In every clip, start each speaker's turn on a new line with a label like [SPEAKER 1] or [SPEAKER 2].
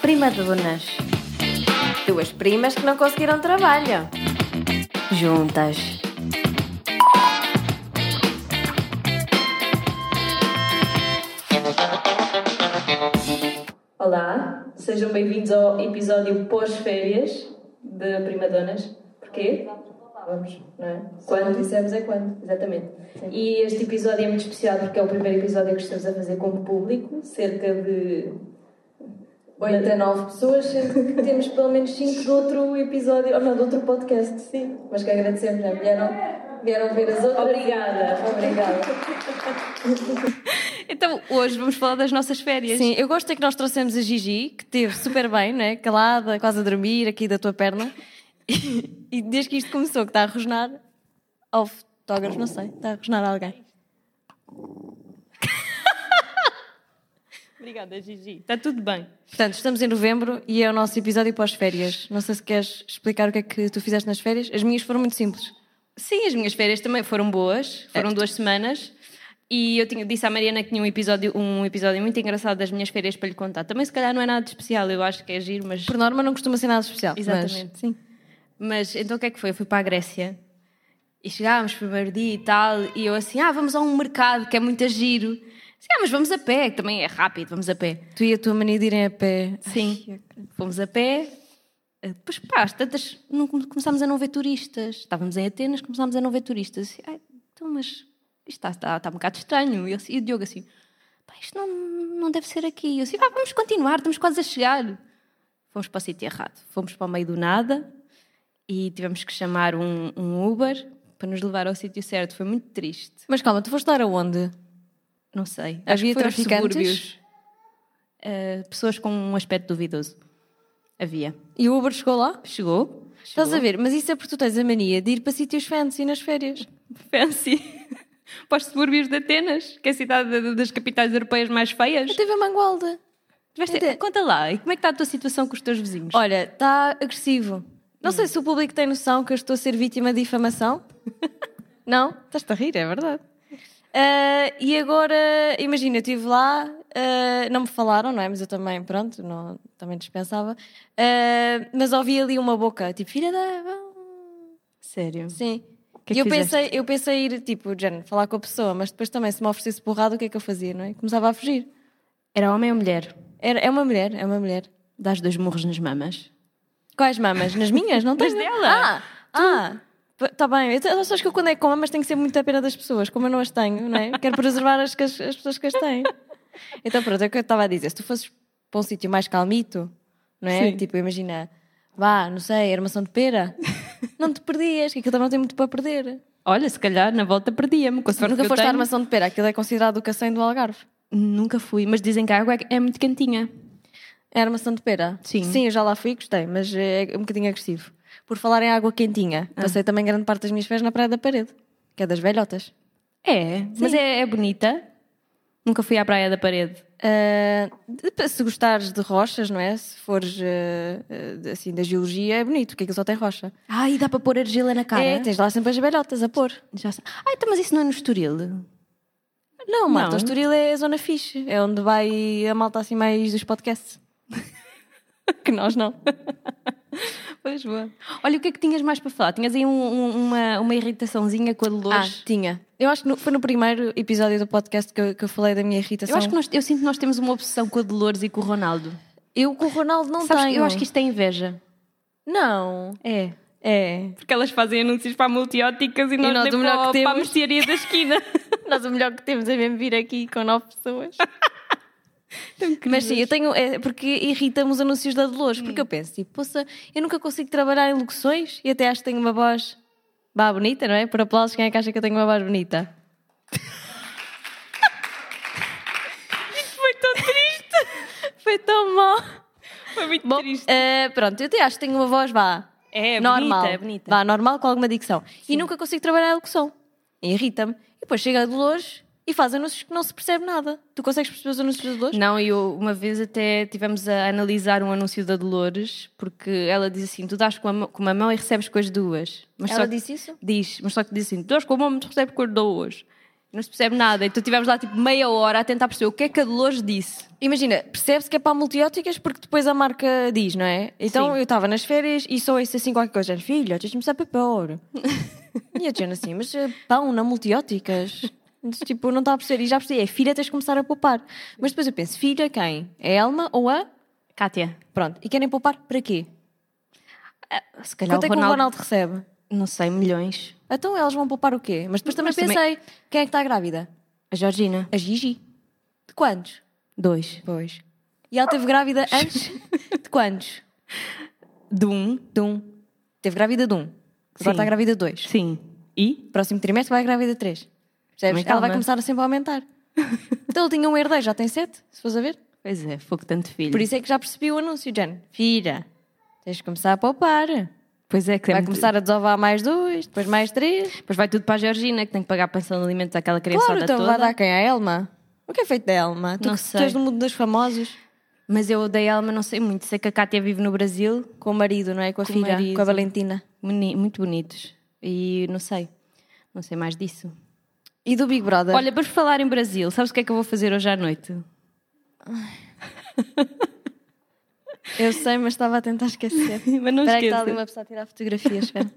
[SPEAKER 1] Prima Primadonas.
[SPEAKER 2] Duas primas que não conseguiram trabalho.
[SPEAKER 1] Juntas.
[SPEAKER 3] Olá, sejam bem-vindos ao episódio pós-férias de Primadonas. Porquê? Vamos, não é? Quando dissemos é quando, exatamente. E este episódio é muito especial porque é o primeiro episódio que estamos a fazer como público, cerca de 89 pessoas, sendo que temos pelo menos 5 de outro episódio, ou não, de outro podcast, sim. Mas que agradecemos, não é? Vieram, vieram ver as outras. Obrigada, obrigada.
[SPEAKER 2] Então, hoje vamos falar das nossas férias.
[SPEAKER 1] Sim, eu gosto é que nós trouxemos a Gigi, que esteve super bem, não é? Calada, quase a dormir aqui da tua perna. E, e desde que isto começou, que está a rosnar ao fotógrafo, não sei, está a rosnar a alguém.
[SPEAKER 2] Obrigada, Gigi. Está tudo bem.
[SPEAKER 1] Portanto, estamos em novembro e é o nosso episódio pós-férias. Não sei se queres explicar o que é que tu fizeste nas férias. As minhas foram muito simples. É.
[SPEAKER 2] Sim, as minhas férias também foram boas. Foram duas semanas. E eu tinha, disse à Mariana que tinha um episódio, um episódio muito engraçado das minhas férias para lhe contar. Também, se calhar, não é nada de especial. Eu acho que é giro, mas.
[SPEAKER 1] Por norma, não costuma ser nada especial. mas-
[SPEAKER 2] Exatamente.
[SPEAKER 1] sim.
[SPEAKER 2] Mas então o que é que foi? Eu fui para a Grécia e chegámos primeiro dia e tal, e eu assim, ah, vamos a um mercado que é muito giro. Assim, ah, mas vamos a pé, que também é rápido, vamos a pé.
[SPEAKER 1] Tu e a tua mania de irem a pé.
[SPEAKER 2] Sim, fomos a pé. Eh, Depois, pá, às tantas, não, come- começámos a não ver turistas. Estávamos em Atenas, começámos a não ver turistas. Assim, "Ai, então, mas isto está, está, está um bocado estranho. E, eu assim- e o Diogo assim, pá, isto não, não deve ser aqui. Eu assim, ah, vamos continuar, estamos quase a chegar. Fomos para o sítio errado. Fomos para o meio do nada e tivemos que chamar um, um Uber para nos levar ao sítio certo. Foi muito triste.
[SPEAKER 1] Mas calma, tu foste dar aonde?
[SPEAKER 2] Não sei. Acho
[SPEAKER 1] Havia
[SPEAKER 2] que foi aos
[SPEAKER 1] traficantes?
[SPEAKER 2] subúrbios.
[SPEAKER 1] é
[SPEAKER 2] Eh, pessoas com um aspecto duvidoso. Havia.
[SPEAKER 1] E o Uber chegou lá?
[SPEAKER 2] Chegou.
[SPEAKER 1] Estás a ver? Mas isso é porque tu tens a mania de ir para sítios fancy nas férias.
[SPEAKER 2] Fancy. para os subúrbios de Atenas, que é a cidade da- das capitais europeias mais feias.
[SPEAKER 1] Eu tive a Mangualda.
[SPEAKER 2] Tiveste-
[SPEAKER 1] até-
[SPEAKER 2] Conta lá, e como é que está a tua situação com os teus vizinhos?
[SPEAKER 1] Olha, está agressivo. Não sei se o público tem noção que eu estou a ser vítima de difamação. Não? Estás-te a rir, é verdade. Ah, e agora, imagina, eu estive lá, ah, não me falaram, não é? Mas eu também, pronto, não, também dispensava. Ah, mas ouvi ali uma boca, tipo, filha da.
[SPEAKER 2] sério.
[SPEAKER 1] Sim.
[SPEAKER 2] que é que
[SPEAKER 1] e eu
[SPEAKER 2] fizeste?
[SPEAKER 1] pensei, eu pensei ir, tipo, de género, falar com a pessoa, mas depois também, se me oferecesse porrada, o que é que eu fazia, não é? Começava a fugir.
[SPEAKER 2] Era homem ou mulher?
[SPEAKER 1] Era, é uma mulher, é uma mulher.
[SPEAKER 2] Dás dois murros nas mamas.
[SPEAKER 1] Quais mamas? Nas minhas? Não tens
[SPEAKER 2] Nas
[SPEAKER 1] nenhum?
[SPEAKER 2] dela.
[SPEAKER 1] Ah, ah, está bem. Eu, eu acho que eu quando é com mamas tenho que ser muito a pena das pessoas, como eu não as tenho, não é? Quero preservar as, que as, as pessoas que as têm. Então pronto, é o que eu estava a dizer. Se tu fosses para um sítio mais calmito, não é?
[SPEAKER 2] Sim.
[SPEAKER 1] Tipo, imagina, vá, não sei, armação de pera. Não te perdias, que aquilo também não tem muito para perder.
[SPEAKER 2] Olha, se calhar na volta perdia-me. com a sorte
[SPEAKER 1] Nunca
[SPEAKER 2] que eu
[SPEAKER 1] foste à
[SPEAKER 2] tenho.
[SPEAKER 1] armação de pera, aquilo é considerado o cacém do Algarve.
[SPEAKER 2] Nunca fui, mas dizem que a água é- é muito quentinha.
[SPEAKER 1] É armação de pera?
[SPEAKER 2] Sim.
[SPEAKER 1] Sim, eu já lá fui e gostei, mas é um bocadinho agressivo. Por falar em água quentinha,
[SPEAKER 2] Ah.
[SPEAKER 1] passei também grande parte das minhas férias na Praia da Parede, que é das velhotas.
[SPEAKER 2] É, mas é, é bonita. Nunca fui à Praia da Parede.
[SPEAKER 1] Ah, de- se gostares de rochas, não é? Se fores ah, ah, de- assim da geologia, é bonito, porque aquilo só tem rocha.
[SPEAKER 2] Ai, dá para pôr argila na cara?
[SPEAKER 1] É, tens lá sempre as velhotas a pôr.
[SPEAKER 2] Já sei. Ah, então, mas isso não é no Estoril?
[SPEAKER 1] Não, Marta,
[SPEAKER 2] Não.
[SPEAKER 1] o Estoril é a zona fixe, é onde vai a malta assim mais dos podcasts.
[SPEAKER 2] que nós não. Pois boa. Olha, o que é que tinhas mais para falar? Tinhas aí um- um- uma, uma irritaçãozinha com a Dolores?
[SPEAKER 1] Ah, tinha. Eu acho que no- foi no primeiro episódio do podcast que eu, que eu falei da minha irritação.
[SPEAKER 2] eu, acho que nós, eu sinto que nós temos uma obsessão com a Dolores e com o Ronaldo.
[SPEAKER 1] Eu com o Ronaldo não
[SPEAKER 2] Sabes,
[SPEAKER 1] tenho.
[SPEAKER 2] Eu acho que isto é inveja.
[SPEAKER 1] Não.
[SPEAKER 2] É.
[SPEAKER 1] É.
[SPEAKER 2] Porque elas fazem anúncios para multióticas e
[SPEAKER 1] nós
[SPEAKER 2] nós,
[SPEAKER 1] nem
[SPEAKER 2] o melhor
[SPEAKER 1] para o-
[SPEAKER 2] que
[SPEAKER 1] para a
[SPEAKER 2] a mercearia da esquina.
[SPEAKER 1] Nós o melhor que temos é mesmo vir aqui com nove pessoas. Mas sim, eu tenho. É, porque irritam-me os anúncios da Dolores.
[SPEAKER 2] Hum.
[SPEAKER 1] Porque eu penso, tipo, poça, eu nunca consigo trabalhar em locuções e até acho que tenho uma voz. Bah, bonita, não é? Por aplausos, quem é que acha que eu tenho uma voz bonita?
[SPEAKER 2] Foi tão triste.
[SPEAKER 1] Foi tão mal.
[SPEAKER 2] Foi muito
[SPEAKER 1] Bom, eh, pronto, eu até acho que tenho uma voz, vá.
[SPEAKER 2] É,
[SPEAKER 1] normal.
[SPEAKER 2] bonita, é bonita.
[SPEAKER 1] Vá, normal com alguma dicção. E nunca consigo trabalhar a locução. Irrita-me. E depois chega a Dolores
[SPEAKER 2] e faz anúncios que não se percebe nada. Tu consegues perceber os anúncios da Dolores?
[SPEAKER 1] Não, eu uma vez até tivemos a analisar um anúncio da Dolores, porque ela diz assim: tu dás com, a mão- com uma mão e recebes com as duas. Mas
[SPEAKER 2] Ela
[SPEAKER 1] só que-
[SPEAKER 2] disse isso?
[SPEAKER 1] Diz, mas só que diz assim: tu dás com a mão, mas recebes com as duas. Não se percebe nada. Então tivemos lá tipo meia hora a tentar perceber o que é que a Dolores disse.
[SPEAKER 2] Imagina, percebe-se que é para multióticas porque depois a marca diz, não é? Então
[SPEAKER 1] Sim.
[SPEAKER 2] eu estava nas férias e só isso assim qualquer coisa. Filha, tens-me saber pôr. e a Jane assim, mas eh, pão na multióticas? tipo, não está a perceber. E já percebi, é filha, tens de começar a poupar. Mas depois eu penso, filha quem? É A Elma ou a?
[SPEAKER 1] Kátia,
[SPEAKER 2] Pronto. E querem poupar para quê?
[SPEAKER 1] se calhar
[SPEAKER 2] Quanto é
[SPEAKER 1] o
[SPEAKER 2] que
[SPEAKER 1] Ronaldo,
[SPEAKER 2] o Ronaldo recebe?
[SPEAKER 1] Não sei, milhões.
[SPEAKER 2] Então elas vão poupar o quê? Mas depois também
[SPEAKER 1] Mas também-
[SPEAKER 2] pensei, quem é que está grávida?
[SPEAKER 1] A Georgina,
[SPEAKER 2] A Gigi. De quantos?
[SPEAKER 1] dois.
[SPEAKER 2] Pois. E ela teve grávida antes de quantos?
[SPEAKER 1] De um,
[SPEAKER 2] De um. Teve grávida de um. Agora
[SPEAKER 1] Sim.
[SPEAKER 2] está grávida de dois.
[SPEAKER 1] sim. E?
[SPEAKER 2] Próximo trimestre vai grávida de três. Percebes?
[SPEAKER 1] Também
[SPEAKER 2] Ela vai
[SPEAKER 1] calma.
[SPEAKER 2] começar a sempre a aumentar. então ele tinha um herdeiro, já tem sete, se fores a ver.
[SPEAKER 1] Pois é, fogo tanto filho.
[SPEAKER 2] Por isso é que já percebi o anúncio, Jen.
[SPEAKER 1] filha.
[SPEAKER 2] Tens de começar a poupar.
[SPEAKER 1] Pois é, que
[SPEAKER 2] Vai
[SPEAKER 1] é muito-
[SPEAKER 2] começar a desovar mais dois, depois mais três.
[SPEAKER 1] Depois vai tudo para a Georgina, que tem que pagar a pensão de alimentos àquela criançada
[SPEAKER 2] Claro, então
[SPEAKER 1] toda.
[SPEAKER 2] vai dar quem? A Elma? O que é feito da Elma? Tu
[SPEAKER 1] Não
[SPEAKER 2] que
[SPEAKER 1] sei.
[SPEAKER 2] tu és do mundo dos famosos.
[SPEAKER 1] Mas eu odeio ela, mas não sei muito. Sei que a Cátia vive no Brasil,
[SPEAKER 2] Com o marido, não é? Com a
[SPEAKER 1] Com o
[SPEAKER 2] filha,
[SPEAKER 1] marido.
[SPEAKER 2] com a Valentina.
[SPEAKER 1] meni- muito bonitos. E não sei. Não sei mais disso.
[SPEAKER 2] E do Big Brother?
[SPEAKER 1] Olha, para falar em Brasil, sabes o que é que eu vou fazer hoje à noite?
[SPEAKER 2] eu sei, mas estava a tentar esquecer.
[SPEAKER 1] Mas não
[SPEAKER 2] Espera aí que está
[SPEAKER 1] esqueça.
[SPEAKER 2] ali uma pessoa a tirar fotografias, espera.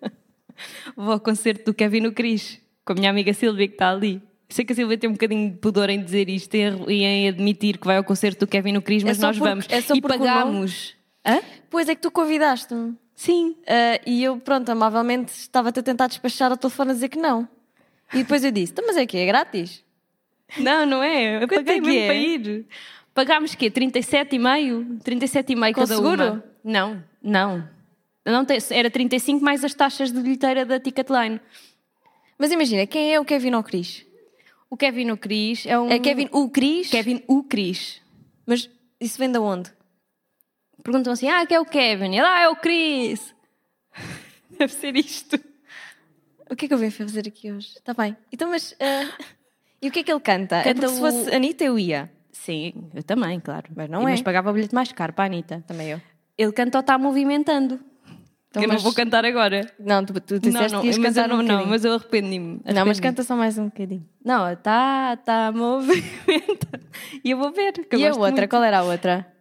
[SPEAKER 1] Vou ao concerto do Kevin no Cris, com a minha amiga Silvia, que está ali. Sei que a Silvia tem um bocadinho de pudor em dizer isto e em- e em admitir que vai ao concerto do Kevin no Cris, mas
[SPEAKER 2] só
[SPEAKER 1] nós
[SPEAKER 2] porque-
[SPEAKER 1] vamos.
[SPEAKER 2] é só
[SPEAKER 1] e
[SPEAKER 2] porque o nome-
[SPEAKER 1] pagamos. Hã?
[SPEAKER 2] Pois é que tu convidaste-me.
[SPEAKER 1] Sim.
[SPEAKER 2] Ah, e eu, pronto, amavelmente estava-te a tentar despachar ao telefone a dizer que não. E depois eu disse, "Então, mas é que é grátis?
[SPEAKER 1] Não, não é. Eu
[SPEAKER 2] Quanto
[SPEAKER 1] paguei
[SPEAKER 2] é que
[SPEAKER 1] mesmo
[SPEAKER 2] é?
[SPEAKER 1] para ir. Pagámos quê? 37,5? 37,5
[SPEAKER 2] Com
[SPEAKER 1] cada
[SPEAKER 2] seguro?
[SPEAKER 1] uma. Não, não. não tem, era 35 mais as taxas de bilheteira da Ticketline.
[SPEAKER 2] Mas imagina, quem é o Kevin ou o Cris?
[SPEAKER 1] O Kevin o Cris é um...
[SPEAKER 2] É Kevin o Cris?
[SPEAKER 1] Kevin o Cris.
[SPEAKER 2] Mas isso vem de onde?
[SPEAKER 1] Perguntam assim, ah, que é o Kevin? Ele, ah, é o Cris. Deve ser isto.
[SPEAKER 2] O que é que eu vim fazer aqui hoje? Está bem. Então, mas... ah, e o que é que ele canta? é
[SPEAKER 1] Canta
[SPEAKER 2] porque se
[SPEAKER 1] o-
[SPEAKER 2] fosse Anitta eu ia.
[SPEAKER 1] Sim, eu também, claro.
[SPEAKER 2] Mas não
[SPEAKER 1] E-
[SPEAKER 2] é.
[SPEAKER 1] Mas pagava o bilhete mais caro para a Anitta.
[SPEAKER 2] Também eu.
[SPEAKER 1] Ele cantou Está Movimentando.
[SPEAKER 2] Então,
[SPEAKER 1] eu
[SPEAKER 2] mas-
[SPEAKER 1] não vou cantar agora.
[SPEAKER 2] Não, tu, tu disseste
[SPEAKER 1] não,
[SPEAKER 2] que ias
[SPEAKER 1] mas eu
[SPEAKER 2] cantar
[SPEAKER 1] não,
[SPEAKER 2] um
[SPEAKER 1] não,
[SPEAKER 2] bocadinho.
[SPEAKER 1] mas eu arrependi-me.
[SPEAKER 2] Não, mas
[SPEAKER 1] Arrependi-me.
[SPEAKER 2] canta só mais um bocadinho.
[SPEAKER 1] Não, tá, tá movimenta. E eu vou ver. que eu
[SPEAKER 2] e a
[SPEAKER 1] gosto
[SPEAKER 2] outra?
[SPEAKER 1] muito.
[SPEAKER 2] Qual era a outra?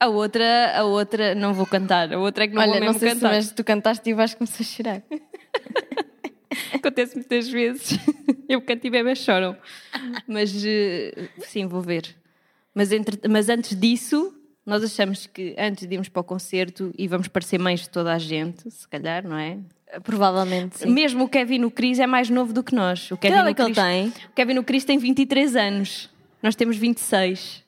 [SPEAKER 1] A outra, a outra, não vou cantar. A outra é que não
[SPEAKER 2] Olha,
[SPEAKER 1] vou
[SPEAKER 2] não
[SPEAKER 1] mesmo
[SPEAKER 2] sei se
[SPEAKER 1] cantar.
[SPEAKER 2] mas tu cantaste e vais começar a chorar.
[SPEAKER 1] Acontece muitas vezes. Eu canto e bebês choram. Mas eh, sim, vou ver. Mas, entre- mas antes disso, nós achamos que antes de irmos para o concerto e vamos parecer mães de toda a gente, se calhar, não é?
[SPEAKER 2] Provavelmente, sim.
[SPEAKER 1] Mesmo o Kevin o Cris é mais novo do que nós. O Kevin
[SPEAKER 2] idade
[SPEAKER 1] o
[SPEAKER 2] que ele
[SPEAKER 1] Cris-
[SPEAKER 2] tem?
[SPEAKER 1] O Kevin o Cris tem 23 anos. Nós temos 26.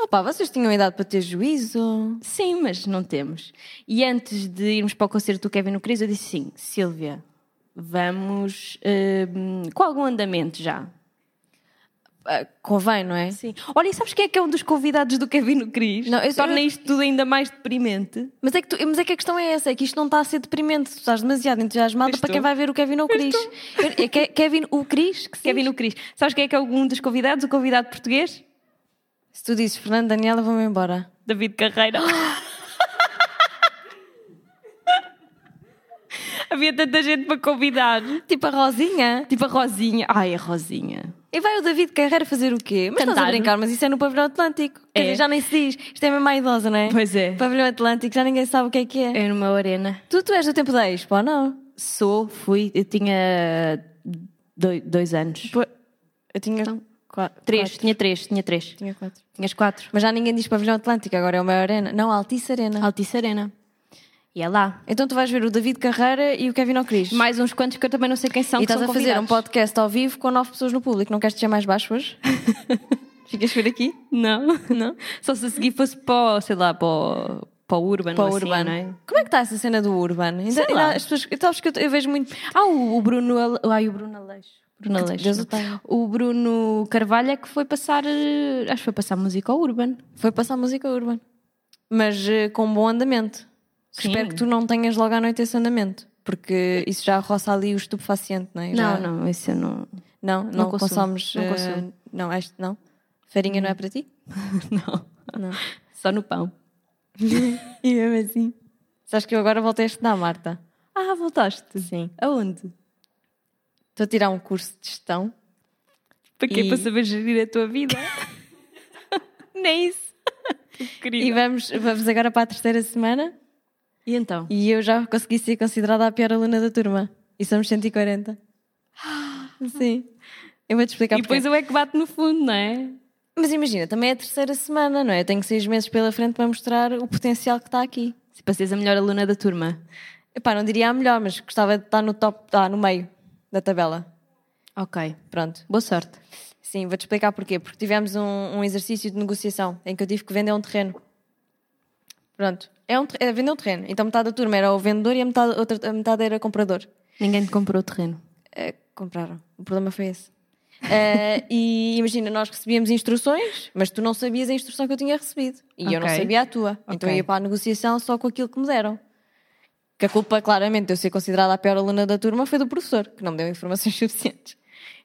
[SPEAKER 2] Opa, vocês tinham idade para ter juízo?
[SPEAKER 1] Sim, mas não temos. E antes de irmos para o concerto do Kevin no Cris, eu disse sim, Silvia, vamos hum, com algum andamento já.
[SPEAKER 2] Ah, convém, não é?
[SPEAKER 1] Sim. Olha, e sabes quem é que é um dos convidados do Kevin no Cris?
[SPEAKER 2] Não, eu-
[SPEAKER 1] Torna isto tudo ainda mais deprimente.
[SPEAKER 2] Mas é, que tu- mas é que a questão é essa, é que isto não está a ser deprimente. Tu estás demasiado entusiasmada
[SPEAKER 1] Pois
[SPEAKER 2] para quem
[SPEAKER 1] estou.
[SPEAKER 2] vai ver o Kevin ou o Cris. Eu- é Ke- Kevin o Cris? Que se
[SPEAKER 1] Kevin
[SPEAKER 2] diz?
[SPEAKER 1] no Cris. Sabes quem é que é um dos convidados? O convidado português?
[SPEAKER 2] Se tu dizes Fernando Daniela, vou-me embora.
[SPEAKER 1] David Carreira. Havia tanta gente para convidar.
[SPEAKER 2] Tipo a Rosinha.
[SPEAKER 1] Tipo a Rosinha. Ai, a Rosinha.
[SPEAKER 2] E vai o David Carreira fazer o quê? Mas estás a
[SPEAKER 1] Cantar.
[SPEAKER 2] brincar, mas isso é no pavilhão Atlântico. Quer
[SPEAKER 1] É.
[SPEAKER 2] dizer, já nem se diz. Isto é mesmo a idosa, não é?
[SPEAKER 1] Pois é.
[SPEAKER 2] Pavilhão Atlântico, já ninguém sabe o que é que é.
[SPEAKER 1] É numa arena.
[SPEAKER 2] Tu, tu és do tempo da Expo, ou não?
[SPEAKER 1] Sou, fui, eu tinha doi- dois anos.
[SPEAKER 2] Eu tinha quatro.
[SPEAKER 1] Então, Três, tinha três, tinha três.
[SPEAKER 2] Tinha quatro.
[SPEAKER 1] Tinhas quatro.
[SPEAKER 2] Mas já ninguém diz Pavilhão Atlântico, agora é uma arena. Não, Altice Arena.
[SPEAKER 1] Altice Arena. E é lá.
[SPEAKER 2] Então tu vais ver o David Carreira e o Kevin O'Cris. E
[SPEAKER 1] Mais uns quantos que eu também não sei quem são. que
[SPEAKER 2] estás a
[SPEAKER 1] são
[SPEAKER 2] fazer um
[SPEAKER 1] convidados.
[SPEAKER 2] podcast ao vivo com nove pessoas no público. Não queres deixar mais baixo hoje? Ficas por aqui?
[SPEAKER 1] Não, não. Só se a seguir fosse para, o, sei lá, para, o- para o Urban.
[SPEAKER 2] Para
[SPEAKER 1] ou
[SPEAKER 2] o
[SPEAKER 1] assim,
[SPEAKER 2] Urbano.
[SPEAKER 1] não é?
[SPEAKER 2] Como é que está essa cena do Urbano? Ainda,
[SPEAKER 1] Sei lá.
[SPEAKER 2] ainda as pessoas, eu, sabes que eu, eu vejo muito.
[SPEAKER 1] Ah, o, o Bruno. Ale- Ai, o Bruno Aleixo. Bruno Aleixo.
[SPEAKER 2] Deus o
[SPEAKER 1] não.
[SPEAKER 2] tenha.
[SPEAKER 1] o Bruno Carvalho é que foi passar. eh, Acho que foi passar música ao Urban.
[SPEAKER 2] Foi passar música Urbano. Mas eh, com bom andamento.
[SPEAKER 1] Sim.
[SPEAKER 2] Espero que tu não tenhas logo à noite esse andamento. Porque isso já roça ali o estupefaciente, não é? Já-
[SPEAKER 1] Não, não, isso eu não.
[SPEAKER 2] Não, não,
[SPEAKER 1] consumo,
[SPEAKER 2] consomes.
[SPEAKER 1] não
[SPEAKER 2] eh,
[SPEAKER 1] consumo.
[SPEAKER 2] não, este não. Farinha não é para ti?
[SPEAKER 1] Não.
[SPEAKER 2] Não.
[SPEAKER 1] Só no pão.
[SPEAKER 2] E mesmo assim. Sabes que eu agora voltei a estudar, Marta.
[SPEAKER 1] Ah, voltaste.
[SPEAKER 2] Sim.
[SPEAKER 1] Aonde?
[SPEAKER 2] Estou a tirar um curso de gestão.
[SPEAKER 1] Para quê?
[SPEAKER 2] E-
[SPEAKER 1] Para saber gerir a tua vida. Nem isso.
[SPEAKER 2] E
[SPEAKER 1] Querida.
[SPEAKER 2] vamos, vamos agora para a terceira semana.
[SPEAKER 1] E, então?
[SPEAKER 2] E eu já consegui ser considerada a pior aluna da turma. E somos 140. Sim. Eu vou-te explicar
[SPEAKER 1] E depois
[SPEAKER 2] porquê.
[SPEAKER 1] eu é que bato no fundo, não é?
[SPEAKER 2] Mas imagina, também é a terceira semana, não é? Eu tenho seis meses pela frente para mostrar o potencial que está aqui.
[SPEAKER 1] Se para seres a melhor aluna da turma.
[SPEAKER 2] Epá, não diria a melhor, mas gostava de estar no top, ah, no meio da tabela.
[SPEAKER 1] Ok.
[SPEAKER 2] Pronto.
[SPEAKER 1] Boa sorte.
[SPEAKER 2] Sim, vou-te explicar porquê. Porque tivemos um, um exercício de negociação em que eu tive que vender um terreno. Pronto. É, um, ter- é vender um terreno. Então metade da turma era o vendedor e a metade, outra, a metade era o comprador.
[SPEAKER 1] Ninguém te comprou o terreno.
[SPEAKER 2] Eh, compraram. O problema foi esse. Eh, e imagina, nós recebíamos instruções, mas tu não sabias a instrução que eu tinha recebido. E eu não
[SPEAKER 1] Ok.
[SPEAKER 2] sabia a tua. Então
[SPEAKER 1] Ok.
[SPEAKER 2] eu ia para a negociação só com aquilo que me deram. Que a culpa, claramente, de eu ser considerada a pior aluna da turma foi do professor, que não me deu informações suficientes.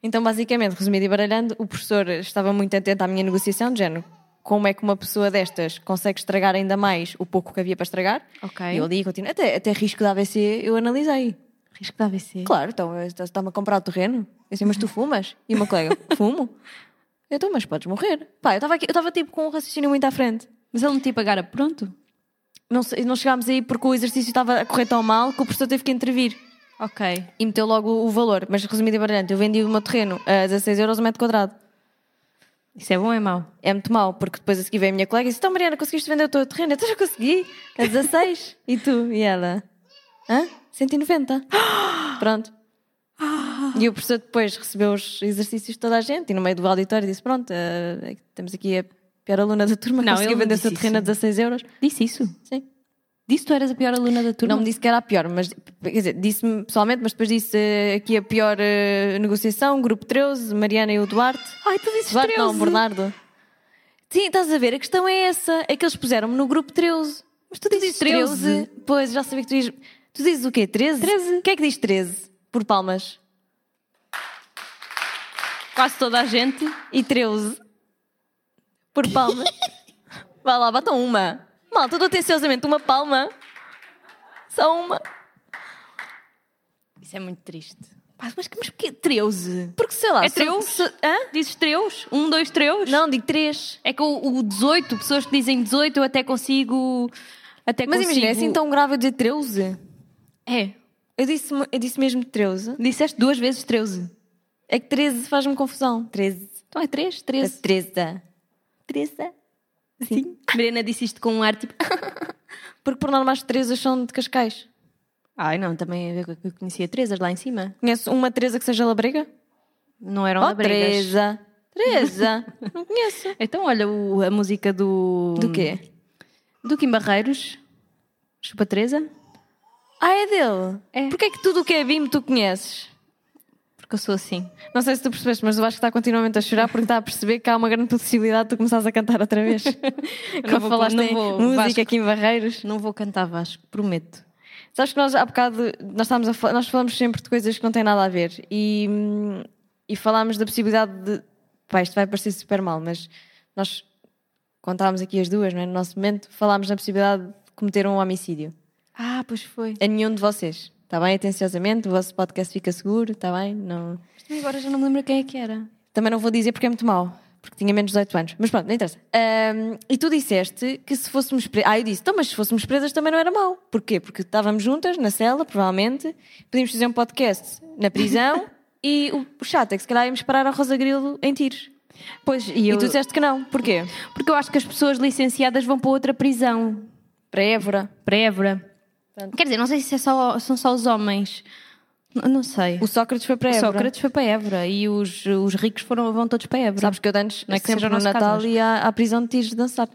[SPEAKER 2] Então, basicamente, resumido e baralhando, o professor estava muito atento à minha negociação, de género. Como é que uma pessoa destas consegue estragar ainda mais o pouco que havia para estragar?
[SPEAKER 1] Ok.
[SPEAKER 2] E eu ali continuo. Até, até risco de AVC eu analisei.
[SPEAKER 1] Risco de AVC.
[SPEAKER 2] Claro, então eu- está- está-me a comprar o terreno. Eu disse, mas tu fumas? E o meu colega, fumo? Eu Então, mas podes morrer. Pá, eu estava aqui- eu estava tipo com um raciocínio muito à frente.
[SPEAKER 1] Mas ele não te ia pagar a pronto?
[SPEAKER 2] Não, sei- não chegámos aí porque o exercício estava a correr tão mal que o professor teve que intervir
[SPEAKER 1] Ok.
[SPEAKER 2] e meteu logo o valor. Mas resumido e brilhante, eu vendi o meu terreno a 16 euros o metro quadrado.
[SPEAKER 1] Isso é bom ou é mau?
[SPEAKER 2] É muito mau, porque depois a seguir veio a minha colega e disse: Então, Mariana, conseguiste vender o teu terreno? Eu "Então, já consegui, a 16. e tu? E ela? Hã? 190. Pronto. E o professor depois recebeu os exercícios de toda a gente e no meio do auditório disse: Pronto, eh, temos aqui a pior aluna da turma que
[SPEAKER 1] Não,
[SPEAKER 2] conseguiu
[SPEAKER 1] ele não
[SPEAKER 2] vender o seu
[SPEAKER 1] disse
[SPEAKER 2] terreno a
[SPEAKER 1] isso.
[SPEAKER 2] 16 euros.
[SPEAKER 1] Disse isso?
[SPEAKER 2] Sim.
[SPEAKER 1] Disse que tu eras a pior aluna da turma?
[SPEAKER 2] Não me disse que era a pior, mas quer dizer, disse-me pessoalmente, mas depois disse eh, aqui a pior eh, negociação, grupo 13, Mariana e o Duarte.
[SPEAKER 1] Ai, tu disses
[SPEAKER 2] Duarte
[SPEAKER 1] 13.
[SPEAKER 2] não, Bernardo. Sim, estás a ver, a questão é essa. É que eles puseram-me no grupo 13. Mas tu, dizes 13.
[SPEAKER 1] 13.
[SPEAKER 2] Pois, já sabia que tu dizes. Tu dizes o quê? 13?
[SPEAKER 1] 13.
[SPEAKER 2] O que é que diz 13? Por palmas.
[SPEAKER 1] Quase toda a gente.
[SPEAKER 2] E 13? Por palmas. Vá lá, batam uma. Malta, estou atenciosamente uma palma. Só uma.
[SPEAKER 1] Isso é muito triste. Pá, mas que mas porquê 13?
[SPEAKER 2] Porque sei lá.
[SPEAKER 1] É
[SPEAKER 2] se-
[SPEAKER 1] 13?
[SPEAKER 2] se- hã?
[SPEAKER 1] Dizes Um, 3? 1, 2, 3?
[SPEAKER 2] Não, digo 3.
[SPEAKER 1] É que o, o 18, pessoas que dizem 18, eu até consigo. Até
[SPEAKER 2] Mas
[SPEAKER 1] consigo...
[SPEAKER 2] imagina, é assim tão grave eu dizer 13?
[SPEAKER 1] É.
[SPEAKER 2] Eu disse, eu disse mesmo 13.
[SPEAKER 1] Disseste duas vezes 13.
[SPEAKER 2] É que 13 faz-me confusão. 13.
[SPEAKER 1] Então é 3,
[SPEAKER 2] É
[SPEAKER 1] 13.
[SPEAKER 2] 13. 13.
[SPEAKER 1] Sim. Mariana disse isto com um ar tipo.
[SPEAKER 2] Porque por norma as Teresas são de Cascais.
[SPEAKER 1] Ai não, também eu eu conhecia Teresas lá em cima.
[SPEAKER 2] Conhece uma Teresa que seja labrega?
[SPEAKER 1] Não eram
[SPEAKER 2] Oh,
[SPEAKER 1] labregas.
[SPEAKER 2] Teresa. Teresa. Não conheço.
[SPEAKER 1] Então olha o- a música do.
[SPEAKER 2] Do quê?
[SPEAKER 1] Do Kim Barreiros. Chupa Teresa.
[SPEAKER 2] Ah, é dele?
[SPEAKER 1] É.
[SPEAKER 2] Porquê é que tudo o que é Bim tu conheces?
[SPEAKER 1] Porque eu sou assim.
[SPEAKER 2] Não sei se tu percebeste, mas eu acho que está continuamente a chorar porque está a perceber que há uma grande possibilidade de tu começares a cantar outra vez.
[SPEAKER 1] Não
[SPEAKER 2] Quando
[SPEAKER 1] vou-
[SPEAKER 2] falaste
[SPEAKER 1] não
[SPEAKER 2] em
[SPEAKER 1] vou,
[SPEAKER 2] música
[SPEAKER 1] Vasco.
[SPEAKER 2] aqui em Barreiros.
[SPEAKER 1] Não vou cantar Vasco, prometo.
[SPEAKER 2] Sabes que nós há bocado nós, estávamos a fal- nós falamos sempre de coisas que não têm nada a ver e, hum, e falámos da possibilidade de. Pá, isto vai parecer super mal, mas nós contávamos aqui as duas, não é? No nosso momento, falámos na possibilidade de cometer um homicídio.
[SPEAKER 1] Ah, pois foi.
[SPEAKER 2] A nenhum de vocês. Está bem? Atenciosamente, o vosso podcast fica seguro, está bem? Não...
[SPEAKER 1] Agora já não me lembro quem é que era.
[SPEAKER 2] Também não vou dizer porque é muito mau, porque tinha menos de 18 anos. Mas pronto, não interessa. Ahm, e tu disseste que se fôssemos presas. Ah, eu disse, então, mas se fôssemos presas também não era mau. Porquê? Porque estávamos juntas na cela, provavelmente, podíamos fazer um podcast na prisão e o, o chato é que se calhar íamos parar a Rosa Grilo em tiros.
[SPEAKER 1] Pois, e eu.
[SPEAKER 2] E tu disseste que não. Porquê?
[SPEAKER 1] Porque eu acho que as pessoas licenciadas vão para outra prisão.
[SPEAKER 2] Para a Évora.
[SPEAKER 1] Para Évora. Quer dizer, não sei se é só- são só os homens. N- não sei.
[SPEAKER 2] O Sócrates foi para a
[SPEAKER 1] O
[SPEAKER 2] Évora.
[SPEAKER 1] Sócrates foi para Évora e os, os ricos foram, vão todos para Évora.
[SPEAKER 2] Sabes que eu de antes,
[SPEAKER 1] Não é que
[SPEAKER 2] sempre
[SPEAKER 1] seja o
[SPEAKER 2] no
[SPEAKER 1] nosso caso,
[SPEAKER 2] Natal,
[SPEAKER 1] mas-
[SPEAKER 2] ia à prisão de tiros dançar.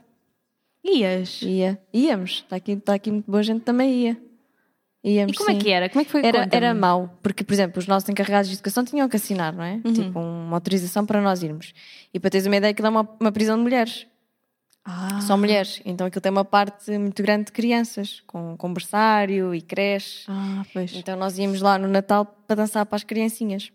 [SPEAKER 1] Ias. E,
[SPEAKER 2] Ia. Íamos. Está aqui, está aqui muito boa gente também ia. Íamos,
[SPEAKER 1] como é
[SPEAKER 2] sim.
[SPEAKER 1] que era? Como é que foi?
[SPEAKER 2] Era,
[SPEAKER 1] Conta-me.
[SPEAKER 2] era mau, porque, por exemplo, os nossos encarregados de educação tinham que assinar, não
[SPEAKER 1] Uhum.
[SPEAKER 2] é? Tipo, uma autorização para nós irmos. E para teres uma ideia, aquilo é uma, uma prisão de mulheres.
[SPEAKER 1] Ah.
[SPEAKER 2] Só mulheres. Então aquilo tem uma parte muito grande de crianças, com com berçário e creche.
[SPEAKER 1] Ah, pois.
[SPEAKER 2] Então nós íamos lá no Natal para dançar para as criancinhas.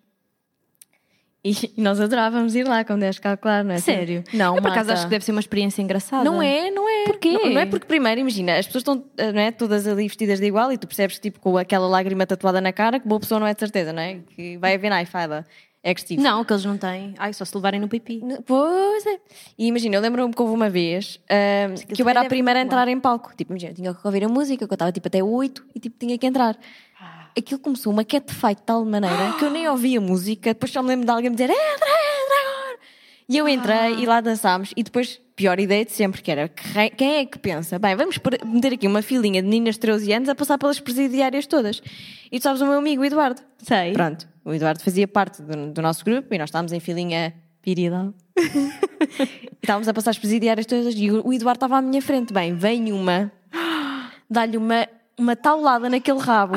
[SPEAKER 2] E nós adorávamos ir lá com 10k, claro, não é?
[SPEAKER 1] Sério?
[SPEAKER 2] Não,
[SPEAKER 1] eu, por acaso
[SPEAKER 2] Marta.
[SPEAKER 1] acho que deve ser uma experiência engraçada.
[SPEAKER 2] Não é, não é.
[SPEAKER 1] Porquê?
[SPEAKER 2] Não, não é porque, primeiro, imagina, as pessoas estão eh, não é, todas ali vestidas de igual e tu percebes, tipo, com aquela lágrima tatuada na cara, que boa pessoa não é de certeza, não é? Que vai haver ai, fada. É que estive.
[SPEAKER 1] Não, que eles não têm. Ai, só se levarem no pipi.
[SPEAKER 2] N- Pois é. E imagina, eu lembro-me que houve uma vez ahm, que eu
[SPEAKER 1] também
[SPEAKER 2] era a
[SPEAKER 1] deve
[SPEAKER 2] primeira a
[SPEAKER 1] continuar.
[SPEAKER 2] entrar em palco. Tipo, imagina, eu tinha que ouvir a música, que eu estava tipo até 8 e tipo tinha que entrar. Aquilo começou uma catfight de tal maneira que eu nem ouvia a música, depois só me lembro de alguém me dizer entra, entra agora. E eu entrei e lá dançámos e depois, pior ideia de sempre, que era que re- quem é que pensa, bem, vamos pôr- meter aqui uma filinha de meninas de 13 anos a passar pelas presidiárias todas. E tu sabes o meu amigo, o Eduardo.
[SPEAKER 1] Sei.
[SPEAKER 2] Pronto, o Eduardo fazia parte do, do nosso grupo e nós estávamos em filinha viril. E estávamos a passar as presidiárias todas e o o Eduardo estava à minha frente. Bem, vem uma, dá-lhe uma, uma taulada naquele rabo.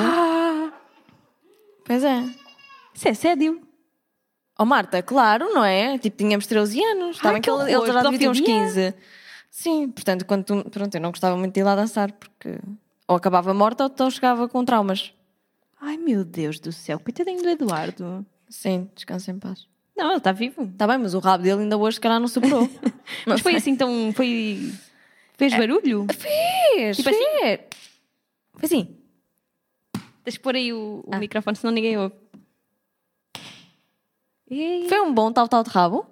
[SPEAKER 2] Pois é.
[SPEAKER 1] Isso é sério.
[SPEAKER 2] Oh Marta, claro, não é? Tipo, tínhamos 13 anos, estava
[SPEAKER 1] Ai, que
[SPEAKER 2] que ele, ele
[SPEAKER 1] horror,
[SPEAKER 2] já devia ter uns
[SPEAKER 1] pedofilia.
[SPEAKER 2] 15. Sim, portanto, quando tu- pronto, eu não gostava muito de ir lá dançar porque ou acabava morta ou então chegava com traumas.
[SPEAKER 1] Ai, meu Deus do céu. Coitadinho do Eduardo.
[SPEAKER 2] Sim, descansa em paz.
[SPEAKER 1] Não, ele está vivo.
[SPEAKER 2] Está bem, mas o rabo dele ainda hoje, se calhar, não sobrou.
[SPEAKER 1] Mas foi assim tão... Foi... Fez barulho?
[SPEAKER 2] Fez!
[SPEAKER 1] Tipo
[SPEAKER 2] fez. Foi assim.
[SPEAKER 1] Deixa pôr aí o, o microfone, senão ninguém ouve. E...
[SPEAKER 2] Foi um bom tal tal de rabo.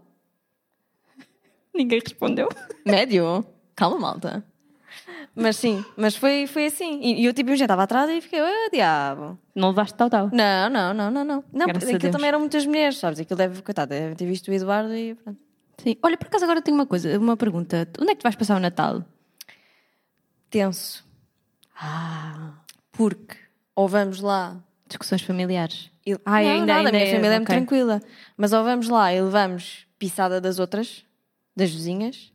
[SPEAKER 1] Ninguém respondeu.
[SPEAKER 2] Médio. Calma, malta. Mas sim, mas foi, foi assim. E, e eu tipo, já estava atrás e fiquei, oh, diabo.
[SPEAKER 1] Não levaste tal, tal.
[SPEAKER 2] Não, não, não, não, não. Não,
[SPEAKER 1] Graças a
[SPEAKER 2] aquilo
[SPEAKER 1] Deus.
[SPEAKER 2] também eram muitas mulheres, sabes? Aquilo deve, coitado, deve ter visto o Eduardo e pronto.
[SPEAKER 1] Sim. Olha, por acaso agora tenho uma coisa, uma pergunta. Onde é que tu vais passar o Natal?
[SPEAKER 2] Tenso.
[SPEAKER 1] Ah...
[SPEAKER 2] Porque ou vamos lá.
[SPEAKER 1] Discussões familiares.
[SPEAKER 2] E...
[SPEAKER 1] Ai,
[SPEAKER 2] não,
[SPEAKER 1] ainda-
[SPEAKER 2] nada,
[SPEAKER 1] ainda
[SPEAKER 2] a minha
[SPEAKER 1] é-
[SPEAKER 2] família é muito
[SPEAKER 1] ok.
[SPEAKER 2] tranquila. Mas ou vamos lá e levamos pisada das outras, das vizinhas,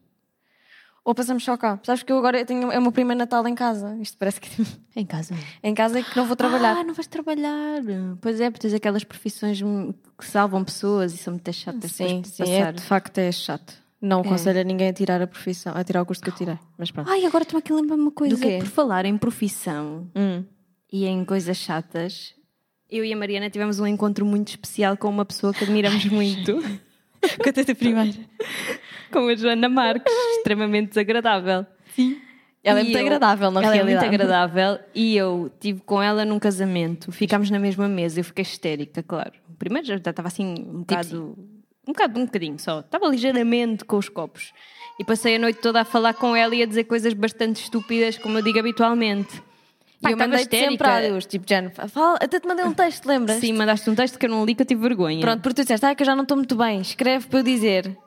[SPEAKER 2] ou passamos só cá. Sabes que eu agora tenho, é o meu primeiro Natal em casa. Isto parece que
[SPEAKER 1] Em casa.
[SPEAKER 2] Em casa é que não vou trabalhar.
[SPEAKER 1] Ah, não vais trabalhar. Pois é, porque tens aquelas profissões hum, que salvam pessoas e são muito chatas
[SPEAKER 2] sim,
[SPEAKER 1] depois de
[SPEAKER 2] sim é,
[SPEAKER 1] passar.
[SPEAKER 2] de facto é chato. Não aconselho a ninguém a tirar a profissão, a tirar o curso que eu tirei.
[SPEAKER 1] Ah.
[SPEAKER 2] Mas pronto.
[SPEAKER 1] Ai, agora estou aqui a lembrar uma coisa.
[SPEAKER 2] Do quê?
[SPEAKER 1] Por falar em profissão
[SPEAKER 2] Hum.
[SPEAKER 1] e em coisas chatas, eu e a Mariana tivemos um encontro muito especial com uma pessoa que admiramos muito.
[SPEAKER 2] Conta-te primeiro.
[SPEAKER 1] com a Joana Marques, extremamente desagradável.
[SPEAKER 2] Ela é
[SPEAKER 1] E
[SPEAKER 2] muito
[SPEAKER 1] eu-
[SPEAKER 2] agradável, na
[SPEAKER 1] ela
[SPEAKER 2] realidade.
[SPEAKER 1] é muito agradável e eu tive com ela num casamento. Ficámos na mesma mesa, eu fiquei histérica, claro. Primeiro já estava assim
[SPEAKER 2] Tipo
[SPEAKER 1] um bocado, um bocado, um bocadinho só. Estava ligeiramente com os copos. E passei a noite toda a falar com ela e a dizer coisas bastante estúpidas, como eu digo habitualmente.
[SPEAKER 2] E eu
[SPEAKER 1] então
[SPEAKER 2] mandei sempre áudios, tipo, Jane, fala, até te mandei um texto, lembras?
[SPEAKER 1] Sim, mandaste um texto que eu não li, que eu tive vergonha.
[SPEAKER 2] Pronto, porque tu disseste, ah, que eu já não estou muito bem, escreve para eu dizer.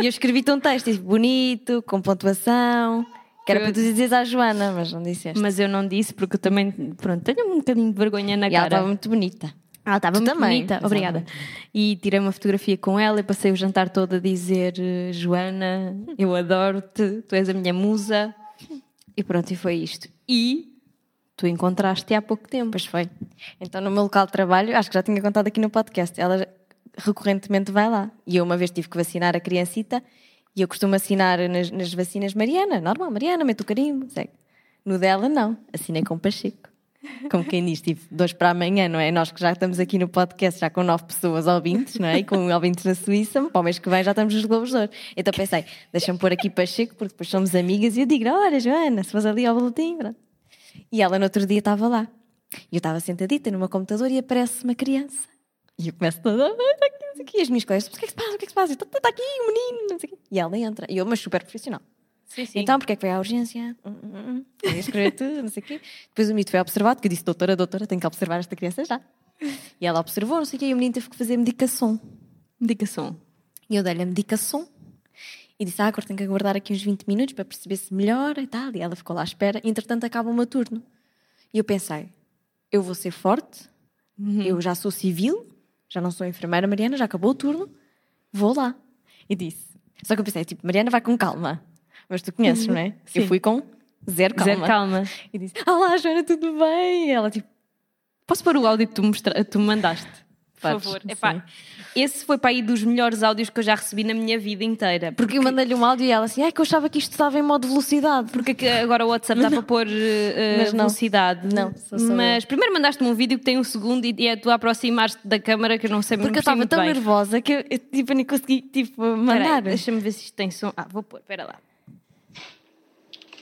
[SPEAKER 2] e eu escrevi-te um texto, tipo, bonito, com pontuação, que era
[SPEAKER 1] Eu-
[SPEAKER 2] para tu dizeres à Joana, mas não disseste.
[SPEAKER 1] Mas eu não disse porque eu também, pronto, tenho um bocadinho de vergonha na
[SPEAKER 2] E ela
[SPEAKER 1] cara.
[SPEAKER 2] estava muito bonita.
[SPEAKER 1] Ela estava
[SPEAKER 2] Tu
[SPEAKER 1] muito
[SPEAKER 2] também,
[SPEAKER 1] bonita,
[SPEAKER 2] exatamente.
[SPEAKER 1] obrigada. E tirei uma fotografia com ela e passei o jantar todo a dizer eh, Joana, eu adoro-te, tu és a minha musa. E pronto, e foi isto. E tu encontraste há pouco tempo.
[SPEAKER 2] Pois foi. Então, no meu local de trabalho, acho que já tinha contado aqui no podcast, ela recorrentemente vai lá. E eu uma vez tive que vacinar a criancita e eu costumo assinar nas, nas vacinas Mariana, normal, Mariana, mete o carimbo, segue. No dela, não. Assinei com Pacheco. Como quem diz, tive dois para amanhã, não é? Nós que já estamos aqui no podcast, já com nove pessoas ouvintes, não é? E com ouvintes na Suíça, para o mês que vem já estamos nos Globos de Ouro. Então pensei, deixa-me pôr aqui Pacheco, porque depois somos amigas e eu digo, olha, Joana, se faz ali ao boletim, pronto. E ela no outro dia estava lá. E eu estava sentadita no meu computador e aparece uma criança. E eu começo toda, "Ah, está aqui, não sei o quê." E as minhas colegas, mas o que é que se passa, o que é que se passa? Está, está aqui um menino, não sei o quê. E ela entra. E eu, mas super profissional.
[SPEAKER 1] Sim,
[SPEAKER 2] Então, porque é que veio à urgência? Hum, hum, hum. Eu ia escrever tudo, não sei o quê. Depois o mito foi observado, que eu disse, doutora, doutora, tenho que observar esta criança já. E ela observou, não sei o quê, e o menino teve que fazer medicação.
[SPEAKER 1] indicação.
[SPEAKER 2] E eu dei-lhe a medicação e disse: Ah, agora tenho que aguardar aqui uns 20 minutos para perceber se melhora e tal. E ela ficou lá à espera. Entretanto, acaba o meu turno. E eu pensei: Eu vou ser forte, eu já sou civil, já não sou enfermeira Mariana, já acabou o turno, vou lá. E disse: Só que eu pensei: Tipo, Mariana vai com calma. Mas tu conheces, não é? Eu
[SPEAKER 1] Sim.
[SPEAKER 2] fui com zero calma.
[SPEAKER 1] Zero calma.
[SPEAKER 2] E disse: Olá, Joana, tudo bem? E ela, tipo,
[SPEAKER 1] Posso pôr o áudio que tu, mostra... tu me mandaste?
[SPEAKER 2] Por
[SPEAKER 1] Podes,
[SPEAKER 2] favor.
[SPEAKER 1] sim.
[SPEAKER 2] Epá, esse foi para aí dos melhores áudios que eu já recebi na minha vida inteira. Porque,
[SPEAKER 1] Porque
[SPEAKER 2] eu mandei-lhe um áudio e ela assim, ai que eu achava que isto estava em modo velocidade.
[SPEAKER 1] Porque é que agora o WhatsApp dá para pôr eh,
[SPEAKER 2] Mas não.
[SPEAKER 1] velocidade.
[SPEAKER 2] Não, sou só eu.
[SPEAKER 1] Mas primeiro mandaste-me um vídeo que tem um segundo e, e é tu a aproximaste da câmara que eu não sei
[SPEAKER 2] Porque eu
[SPEAKER 1] não percebi
[SPEAKER 2] estava
[SPEAKER 1] muito
[SPEAKER 2] tão
[SPEAKER 1] bem.
[SPEAKER 2] nervosa que eu, eu, tipo, nem consegui tipo,
[SPEAKER 1] Espera aí,
[SPEAKER 2] mandar.
[SPEAKER 1] Deixa-me ver se isto tem som. Ah, vou pôr, espera lá.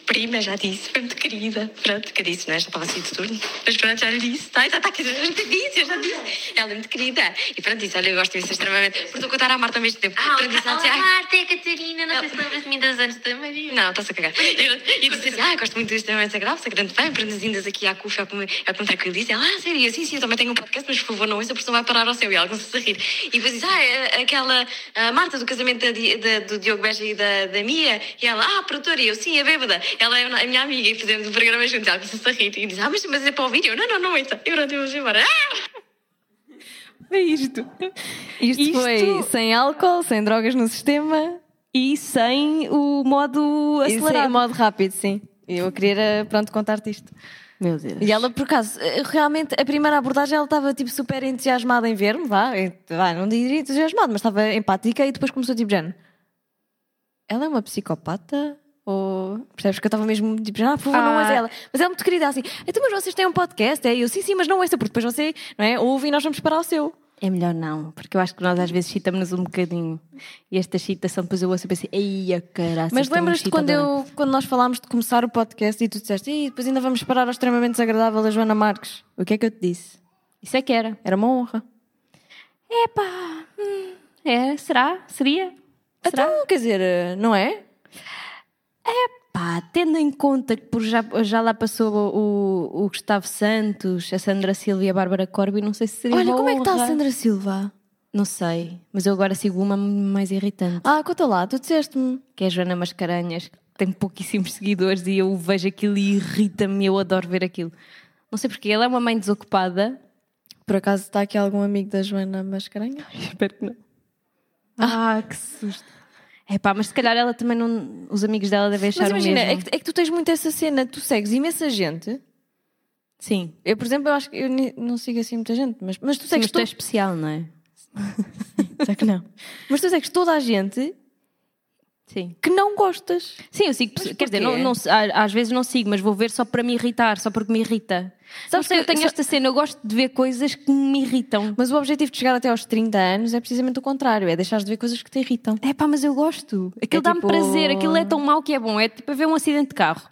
[SPEAKER 4] Prima, já disse, foi muito querida. Pronto, que eu disse, não é? Já estava assim de turno. Mas pronto, já lhe disse. Tá, já está aqui, já lhe disse, eu já disse. Ela é muito querida. E pronto, disse, olha, eu gosto disso extremamente. Porque estou a contar à Marta ao mesmo tempo.
[SPEAKER 5] Ah,
[SPEAKER 4] pronto, disse, ela disse,
[SPEAKER 5] olá,
[SPEAKER 4] ai,
[SPEAKER 5] Marta, é a Catarina, não sei se lembras de mim das antes da Maria.
[SPEAKER 4] não, está-se a cagar. E eu, e eu disse assim, ah, gosto muito disso, extremamente agradável, se é grande bem, prendas indas aqui à CUF, ao como tranquiliza. Ela, ah, sério, eu, sim, sim, eu também tenho um podcast, mas por favor, não ouça, porque senão vai parar ao céu. E ela começou a rir. E depois disse, ah, é aquela a Marta do casamento da Di- da- do Diogo Beja e da, da Mia. E ela, ah, a produtora, e eu, sim, a bêbada. Ela é a minha amiga e fizemos o programa juntos. Ela começou a rir e disse, ah, mas, mas é para ouvir. E eu, não, não, não, ouça. E pronto, vamos embora. Ah!
[SPEAKER 2] É isto.
[SPEAKER 1] Isto,
[SPEAKER 2] foi sem álcool, sem drogas no sistema
[SPEAKER 1] E sem o modo
[SPEAKER 2] e sem
[SPEAKER 1] acelerado.
[SPEAKER 2] modo rápido, sim. E Eu queria, era, pronto, contar-te isto.
[SPEAKER 1] Meu Deus.
[SPEAKER 2] E ela, por acaso, eh, realmente, a primeira abordagem ela estava tipo super entusiasmada em ver-me, vá, eh, vá, não diria entusiasmada, mas estava empática e depois começou tipo, género, ela é uma psicopata? Ou, percebes que eu estava mesmo tipo, ah, por favor, não
[SPEAKER 1] Ah.
[SPEAKER 2] ouça ela. Mas ela é muito querida, assim, então, mas vocês têm um podcast? É, E eu, sim, sim, mas não ouça, porque depois você, não é, ouve e nós vamos parar o seu.
[SPEAKER 1] É melhor não, porque eu acho que nós às vezes chitamos-nos um bocadinho. E esta chitação depois eu ouço e penso, ei, a caraça.
[SPEAKER 2] Mas
[SPEAKER 1] estou
[SPEAKER 2] lembras-te
[SPEAKER 1] muito
[SPEAKER 2] quando,
[SPEAKER 1] chitadona."
[SPEAKER 2] eu, quando nós falámos de começar o podcast e tu disseste, e depois ainda vamos parar ao extremamente desagradável da Joana Marques? O que é que eu te disse?
[SPEAKER 1] Isso é que era.
[SPEAKER 2] Era uma honra.
[SPEAKER 1] Epá, hum, é, será? Seria? Será?
[SPEAKER 2] Então, quer dizer, eh, não é?
[SPEAKER 1] Pá, tendo em conta que por já, já lá passou o, o Gustavo Santos, a Sandra Silva e a Bárbara Corby, não sei se seria
[SPEAKER 2] Olha,
[SPEAKER 1] uma
[SPEAKER 2] como é que está
[SPEAKER 1] honra.
[SPEAKER 2] a Sandra Silva?
[SPEAKER 1] Não sei, mas eu agora sigo uma mais irritante,
[SPEAKER 2] Ah, conta lá, tu disseste-me.
[SPEAKER 1] que é a Joana Mascarenhas, que tem pouquíssimos seguidores e eu vejo aquilo e irrita-me, eu adoro ver aquilo. Não sei porque, ela é uma mãe desocupada.
[SPEAKER 2] Por acaso está aqui algum amigo da Joana Mascarenha?
[SPEAKER 1] Espero que não. Ah, que susto. É pá, mas se calhar ela também não. Os amigos dela devem achar
[SPEAKER 2] Mas imagina,
[SPEAKER 1] o
[SPEAKER 2] é
[SPEAKER 1] mesmo.
[SPEAKER 2] que, é que tu tens muito essa cena, tu segues imensa gente.
[SPEAKER 1] Sim.
[SPEAKER 2] Eu, por exemplo, eu acho que eu ni- não sigo assim muita gente, mas, mas tu
[SPEAKER 1] Sim,
[SPEAKER 2] segues
[SPEAKER 1] mas tu é
[SPEAKER 2] toda...
[SPEAKER 1] especial, não é?
[SPEAKER 2] Só que não. Mas tu segues toda a gente
[SPEAKER 1] Sim.
[SPEAKER 2] que não gostas.
[SPEAKER 1] Sim, eu sigo. pessoas- quer dizer,
[SPEAKER 2] porquê?
[SPEAKER 1] não, não, se- a- às vezes não sigo, mas vou ver só para me irritar, só porque me irrita. Sabes
[SPEAKER 2] Sabes
[SPEAKER 1] sei,
[SPEAKER 2] que
[SPEAKER 1] eu tenho
[SPEAKER 2] só-
[SPEAKER 1] esta cena, eu gosto de ver coisas que me irritam.
[SPEAKER 2] Mas o objetivo de chegar até aos 30 anos é precisamente o contrário, é deixares de ver coisas que te irritam.
[SPEAKER 1] É pá, mas eu gosto. Aquilo
[SPEAKER 2] É
[SPEAKER 1] dá-me
[SPEAKER 2] tipo-
[SPEAKER 1] prazer, aquilo é tão mau que é bom. É tipo a ver um acidente de carro.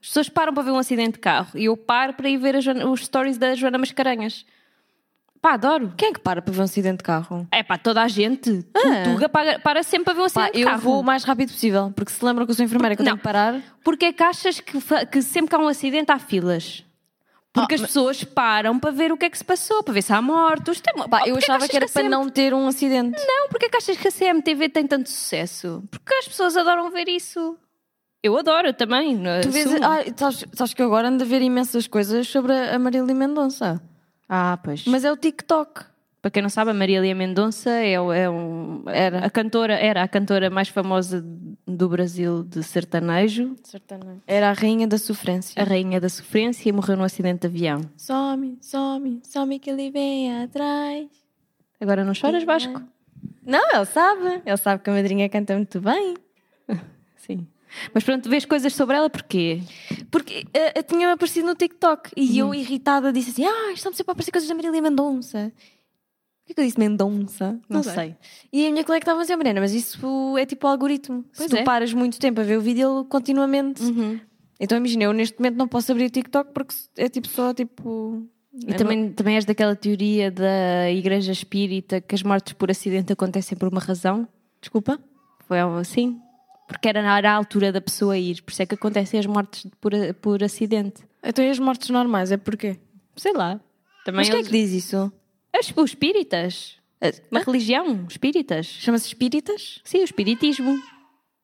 [SPEAKER 1] As pessoas param para ver um acidente de carro e eu paro para ir ver a Joana- os stories da Joana Mascarenhas. Pá, adoro.
[SPEAKER 2] Quem é que para para ver um acidente de carro?
[SPEAKER 1] É pá, toda a gente.
[SPEAKER 2] Ah.
[SPEAKER 1] O Tuga para, para sempre para ver um
[SPEAKER 2] Pá,
[SPEAKER 1] acidente de
[SPEAKER 2] eu
[SPEAKER 1] carro.
[SPEAKER 2] vou o mais rápido possível, porque se lembram que eu sou enfermeira que eu tenho
[SPEAKER 1] Não.
[SPEAKER 2] que parar.
[SPEAKER 1] Porque é que achas que, fa- que sempre que há um acidente há filas? Porque
[SPEAKER 2] Ah,
[SPEAKER 1] as pessoas param para ver o que é que se passou, para ver se há mortos. Tem...
[SPEAKER 2] Pá,
[SPEAKER 1] Porquê
[SPEAKER 2] eu achava
[SPEAKER 1] Oh, achas
[SPEAKER 2] que era
[SPEAKER 1] a
[SPEAKER 2] para
[SPEAKER 1] CM
[SPEAKER 2] não ter um acidente.
[SPEAKER 1] Não, porque é que achas que a CMTV tem tanto sucesso? Porque as pessoas adoram ver isso. Eu adoro, eu também. não
[SPEAKER 2] Tu vês,
[SPEAKER 1] assumo.
[SPEAKER 2] ah, sabes, sabes que eu agora ando a ver imensas coisas sobre a Marília Mendonça.
[SPEAKER 1] Ah, pois. Mas
[SPEAKER 2] Mas é o TikTok.
[SPEAKER 1] para quem não sabe, a Marília Mendonça é, o- é um,
[SPEAKER 2] Era.
[SPEAKER 1] a cantora, era a cantora mais famosa do Brasil de sertanejo,
[SPEAKER 2] Era a rainha da
[SPEAKER 1] a
[SPEAKER 2] sofrência.
[SPEAKER 1] rainha da sofrência e morreu num acidente de avião.
[SPEAKER 2] Some, some, some que ele vem atrás.
[SPEAKER 1] Agora não choras, Vasco?
[SPEAKER 2] Não, ele sabe. Ele sabe que a madrinha canta muito bem.
[SPEAKER 1] Sim. Mas pronto, vês coisas sobre ela porquê?
[SPEAKER 2] Porque eh, tinha aparecido no TikTok e eu, irritada, disse assim: Ah, estão sempre a aparecer coisas da Marília Mendonça. O que é que eu disse Mendonça?
[SPEAKER 1] Não, sei.
[SPEAKER 2] E a minha colega estava a dizer, Mariana, mas isso é tipo algoritmo.
[SPEAKER 1] Pois
[SPEAKER 2] Se tu
[SPEAKER 1] é.
[SPEAKER 2] paras muito tempo a ver o vídeo, ele continuamente. Então imagina, eu neste momento não posso abrir o TikTok porque é tipo só tipo.
[SPEAKER 1] E também, também és daquela teoria da igreja espírita que as mortes por acidente acontecem por uma razão?
[SPEAKER 2] Desculpa?
[SPEAKER 1] Foi algo assim? Porque era na era a altura da pessoa ir, por isso é que acontecem as mortes por, por acidente.
[SPEAKER 2] Então e as mortes normais, é porquê?
[SPEAKER 1] Sei lá. Também
[SPEAKER 2] Mas quem é
[SPEAKER 1] eles-
[SPEAKER 2] que diz isso?
[SPEAKER 1] As- os espíritas. Uma religião, espíritas.
[SPEAKER 2] Eh, ah, Chama-se espíritas?
[SPEAKER 1] Sim, o espiritismo.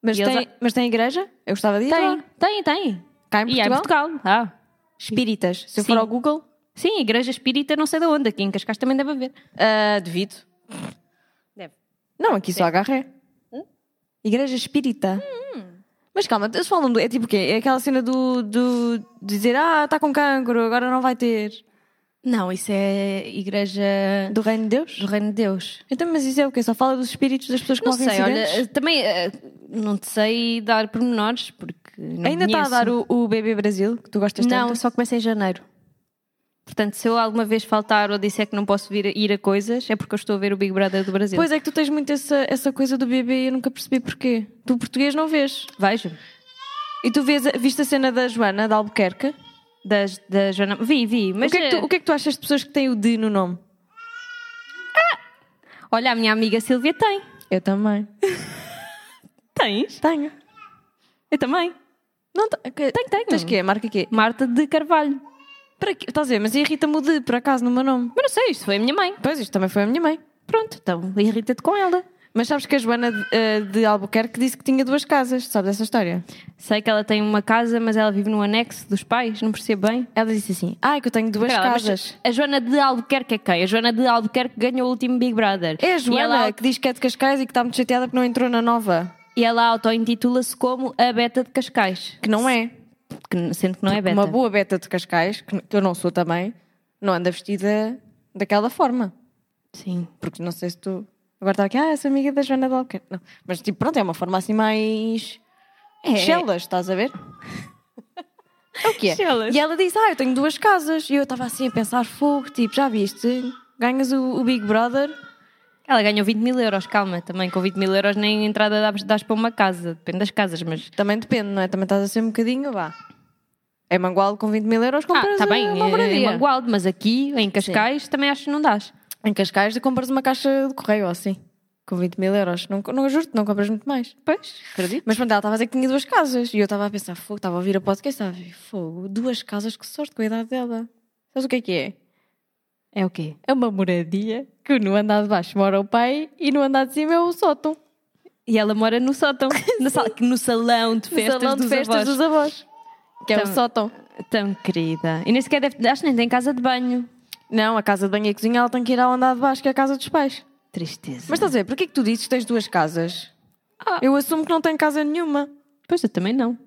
[SPEAKER 2] Mas
[SPEAKER 1] E eles-
[SPEAKER 2] tem, mas tem igreja? Eu gostava de ir
[SPEAKER 1] Tem,
[SPEAKER 2] lá.
[SPEAKER 1] tem, tem.
[SPEAKER 2] Cá em
[SPEAKER 1] E há em
[SPEAKER 2] Portugal?
[SPEAKER 1] Portugal. Ah.
[SPEAKER 2] Espíritas. Se eu
[SPEAKER 1] Sim.
[SPEAKER 2] for ao Google,
[SPEAKER 1] Sim, igreja espírita não sei de onde, aqui em Cascais também deve haver.
[SPEAKER 2] ah, devido.
[SPEAKER 1] Deve. Hum?
[SPEAKER 2] Não, aqui só agarré. Igreja espírita. Mas calma, eles falam do. É tá tipo o quê? É aquela cena do, do dizer, ah, está com cancro, agora não vai ter.
[SPEAKER 1] Não, isso é igreja
[SPEAKER 2] Do reino de Deus?
[SPEAKER 1] do Reino de Deus.
[SPEAKER 2] Então, mas isso é o quê? Só fala dos espíritos das pessoas que
[SPEAKER 1] Não
[SPEAKER 2] morrem
[SPEAKER 1] sei,
[SPEAKER 2] em
[SPEAKER 1] olha,
[SPEAKER 2] acidentes?
[SPEAKER 1] eh, também eh, não te sei dar pormenores porque não
[SPEAKER 2] Ainda está
[SPEAKER 1] conheço.
[SPEAKER 2] a dar o, o Bebê Brasil, que tu gostas
[SPEAKER 1] Não,
[SPEAKER 2] tanto?
[SPEAKER 1] só começa em janeiro. Portanto, se eu alguma vez faltar ou disser que não posso vir, ir a coisas, é porque eu estou a ver o Big Brother do Brasil.
[SPEAKER 2] Pois é que tu tens muito essa, essa coisa do bebê e eu nunca percebi porquê. Tu português não vês.
[SPEAKER 1] vejo.
[SPEAKER 2] E tu vês, a- viste a cena da Joana, da Albuquerque?
[SPEAKER 1] Da, da Joana... Vi, vi. Mas
[SPEAKER 2] o, que é que tu,
[SPEAKER 1] eh,
[SPEAKER 2] o que é que tu achas de pessoas que têm o D no nome?
[SPEAKER 1] olha, a minha amiga Silvia tem.
[SPEAKER 2] Eu também.
[SPEAKER 1] Tens?
[SPEAKER 2] Tenho.
[SPEAKER 1] Eu também.
[SPEAKER 2] Não, tenho,
[SPEAKER 1] tenho.
[SPEAKER 2] Tens quê? Marca quê?
[SPEAKER 1] Marta de Carvalho.
[SPEAKER 2] Para quê? Estás a ver? Mas irrita-me o D, por acaso, no meu nome.
[SPEAKER 1] Mas não sei, isto foi a minha mãe.
[SPEAKER 2] Pois, isto também foi a minha mãe.
[SPEAKER 1] Pronto, então irrita-te com ela.
[SPEAKER 2] Mas sabes que a Joana eh, de Albuquerque disse que tinha duas casas. Sabes essa história?
[SPEAKER 1] Sei que ela tem uma casa, mas ela vive no anexo dos pais, não percebo bem.
[SPEAKER 2] Ela disse assim, ah, é que eu tenho duas
[SPEAKER 1] Espera lá, mas
[SPEAKER 2] casas.
[SPEAKER 1] A Joana de Albuquerque é quem? A Joana de Albuquerque ganhou o último Big Brother.
[SPEAKER 2] É a Joana
[SPEAKER 1] E ela,
[SPEAKER 2] que diz que é de Cascais e que está muito chateada porque não entrou na nova.
[SPEAKER 1] e ela auto-intitula-se como a Beta de Cascais.
[SPEAKER 2] Que não é.
[SPEAKER 1] Que, sendo que não é Beta.
[SPEAKER 2] Uma boa beta de Cascais, que eu não sou também, não anda vestida daquela forma.
[SPEAKER 1] Sim.
[SPEAKER 2] Porque não sei se tu. Agora estava aqui, ah, essa amiga da Joana de Albuquerque. Não. Mas tipo, pronto, é uma forma assim mais.
[SPEAKER 1] É.
[SPEAKER 2] Chelas, estás a ver? É o que é?
[SPEAKER 1] Chelas.
[SPEAKER 2] E ela disse, ah, eu tenho duas casas. E eu estava assim a pensar, fogo, tipo, já viste? Ganhas o, o Big Brother.
[SPEAKER 1] Ela ganhou 20 mil euros, calma, também com 20 mil euros nem entrada dás, dás para uma casa, depende das casas, mas.
[SPEAKER 2] Também depende, não é? Também estás a ser um bocadinho, vá. É Mangual com 20 mil euros, compras
[SPEAKER 1] Ah, tá bem,
[SPEAKER 2] uma
[SPEAKER 1] eh, em
[SPEAKER 2] moradia.
[SPEAKER 1] Mangualde, mas aqui, em Cascais, também acho que não dás.
[SPEAKER 2] Em Cascais, compras uma caixa de correio ou assim, com 20 mil euros. Não, não juro-te, não compras muito mais.
[SPEAKER 1] Pois, acredito.
[SPEAKER 2] Mas pronto, ela estava a dizer que tinha duas casas. E eu estava a pensar, fogo, estava a ouvir a podcast, estava a ver, fogo, duas casas, que sorte com a idade dela. Sabes o que é que é?
[SPEAKER 1] É o quê?
[SPEAKER 2] É uma moradia que no andar de baixo mora o pai e no andar de cima é o sótão.
[SPEAKER 1] E ela mora no sótão, na sala- no salão de
[SPEAKER 2] O
[SPEAKER 1] festas,
[SPEAKER 2] salão de
[SPEAKER 1] dos
[SPEAKER 2] festas
[SPEAKER 1] avós.
[SPEAKER 2] dos avós. Que é
[SPEAKER 1] Então-
[SPEAKER 2] o sótão.
[SPEAKER 1] Tão querida. E nem sequer deve. Acho que nem tem casa de banho.
[SPEAKER 2] Não, a casa de banho e a cozinha ela tem que ir ao andar de baixo, que é a casa dos pais.
[SPEAKER 1] Tristeza.
[SPEAKER 2] Mas estás a ver, porquê que tu dizes que tens duas casas? Eu assumo que não tenho casa nenhuma.
[SPEAKER 1] Pois eu também não.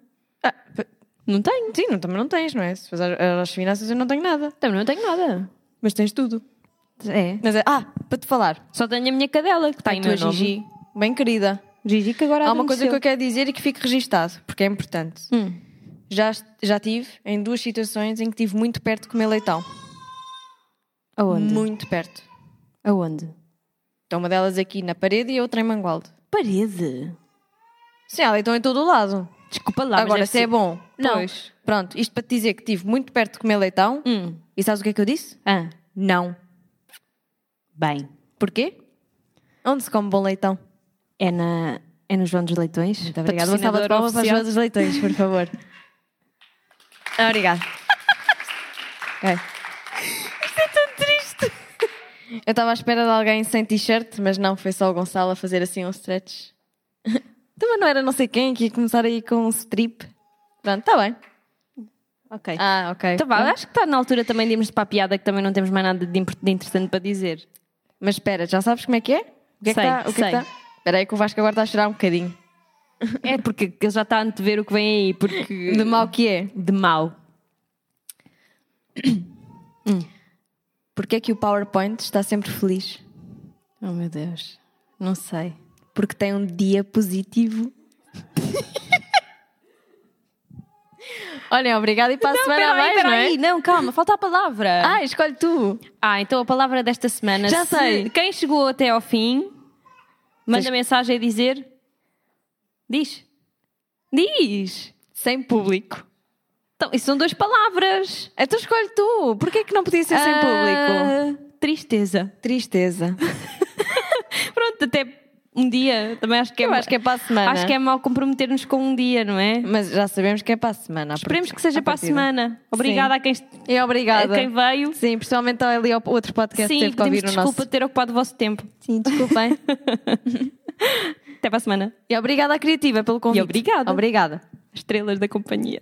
[SPEAKER 2] Ah, p-
[SPEAKER 1] Não tenho.
[SPEAKER 2] sim, não, também não tens, não é? Se fores às às finanças eu não tenho nada.
[SPEAKER 1] Também não tenho nada.
[SPEAKER 2] Mas tens tudo.
[SPEAKER 1] É.
[SPEAKER 2] Mas é, ah, para te falar.
[SPEAKER 1] Só tenho a minha cadela, que está em
[SPEAKER 2] a tua
[SPEAKER 1] meu Tá nome.
[SPEAKER 2] Gigi, bem querida.
[SPEAKER 1] Gigi, que agora
[SPEAKER 2] Há uma coisa
[SPEAKER 1] adormeceu.
[SPEAKER 2] que eu quero dizer e que fique registado, porque é importante.
[SPEAKER 1] Hum.
[SPEAKER 2] Já, já tive em duas situações em que estive muito perto de comer leitão.
[SPEAKER 1] Aonde?
[SPEAKER 2] Muito perto.
[SPEAKER 1] Aonde?
[SPEAKER 2] Então, uma delas aqui na parede e a outra em Mangualde.
[SPEAKER 1] Parede.
[SPEAKER 2] Sim, há leitão em todo o lado.
[SPEAKER 1] Desculpa lá,
[SPEAKER 2] Agora,
[SPEAKER 1] Tá, mas assim.
[SPEAKER 2] se é bom.
[SPEAKER 1] Não.
[SPEAKER 2] Pois. Pronto, isto para te dizer que estive muito perto de comer leitão.
[SPEAKER 1] Hum.
[SPEAKER 2] E sabes o que é que eu disse?
[SPEAKER 1] Ah,
[SPEAKER 2] Não.
[SPEAKER 1] bem.
[SPEAKER 2] Porquê? Onde se come bom leitão?
[SPEAKER 1] É, na... é no João dos Leitões. Muito
[SPEAKER 2] Obrigada. Uma salva de palmas para a Joana dos Leitões, por favor. Obrigada. Ok. é
[SPEAKER 1] Triste.
[SPEAKER 2] Eu estava à espera de alguém sem t-shirt, mas não, foi só o Gonçalo a fazer assim um stretch. Também não era não sei quem que ia começar aí com um strip. Pronto, está bem.
[SPEAKER 1] Ok.
[SPEAKER 2] Ah, ok.
[SPEAKER 1] Então vá, acho que está na altura também de irmos para a piada, que também não temos mais nada de impor- de interessante para dizer.
[SPEAKER 2] Mas espera, já sabes como é que é? O que é que
[SPEAKER 1] Sei,
[SPEAKER 2] tá? O que é
[SPEAKER 1] sei.
[SPEAKER 2] que tá? Espera aí que o Vasco agora está a chorar um bocadinho.
[SPEAKER 1] É porque ele já está a antever o que vem aí, porque...
[SPEAKER 2] De mal que é.
[SPEAKER 1] De mau.
[SPEAKER 2] Porquê é que o PowerPoint está sempre feliz?
[SPEAKER 1] Oh meu Deus. Não sei.
[SPEAKER 2] Porque tem um dia positivo. Olhem, obrigada e para a semana
[SPEAKER 1] Espera
[SPEAKER 2] mais,
[SPEAKER 1] aí, espera
[SPEAKER 2] não é?
[SPEAKER 1] aí. Não, calma, falta a palavra.
[SPEAKER 2] Ah, escolhe tu.
[SPEAKER 1] Ah, então a palavra desta semana.
[SPEAKER 2] Já
[SPEAKER 1] se-
[SPEAKER 2] sei.
[SPEAKER 1] Quem chegou até ao fim, manda
[SPEAKER 2] Tens-
[SPEAKER 1] mensagem a dizer. Diz. Diz.
[SPEAKER 2] Sem público.
[SPEAKER 1] Então, isso são duas palavras.
[SPEAKER 2] Então escolhe tu. Porquê é que não podia ser sem público?
[SPEAKER 1] Ah, Tristeza.
[SPEAKER 2] Tristeza.
[SPEAKER 1] Pronto, até um dia. Também acho que é,
[SPEAKER 2] Eu acho que é para a semana.
[SPEAKER 1] acho que é mau comprometermos com um dia, não é?
[SPEAKER 2] Mas já sabemos que é para a semana. à
[SPEAKER 1] Esperemos
[SPEAKER 2] partida-
[SPEAKER 1] que seja
[SPEAKER 2] à
[SPEAKER 1] para a
[SPEAKER 2] partida.
[SPEAKER 1] semana. Obrigada
[SPEAKER 2] Sim.
[SPEAKER 1] a quem,
[SPEAKER 2] E
[SPEAKER 1] a
[SPEAKER 2] obrigada.
[SPEAKER 1] quem veio.
[SPEAKER 2] Sim, principalmente ali ao outro podcast que
[SPEAKER 1] Sim,
[SPEAKER 2] teve que
[SPEAKER 1] pedimos
[SPEAKER 2] ouvir o
[SPEAKER 1] desculpa
[SPEAKER 2] nosso.
[SPEAKER 1] por ter ocupado o vosso tempo.
[SPEAKER 2] Sim, desculpem.
[SPEAKER 1] Até para a semana.
[SPEAKER 2] e obrigada à Criativa pelo convite.
[SPEAKER 1] E obrigada.
[SPEAKER 2] Obrigada.
[SPEAKER 1] Estrelas da companhia.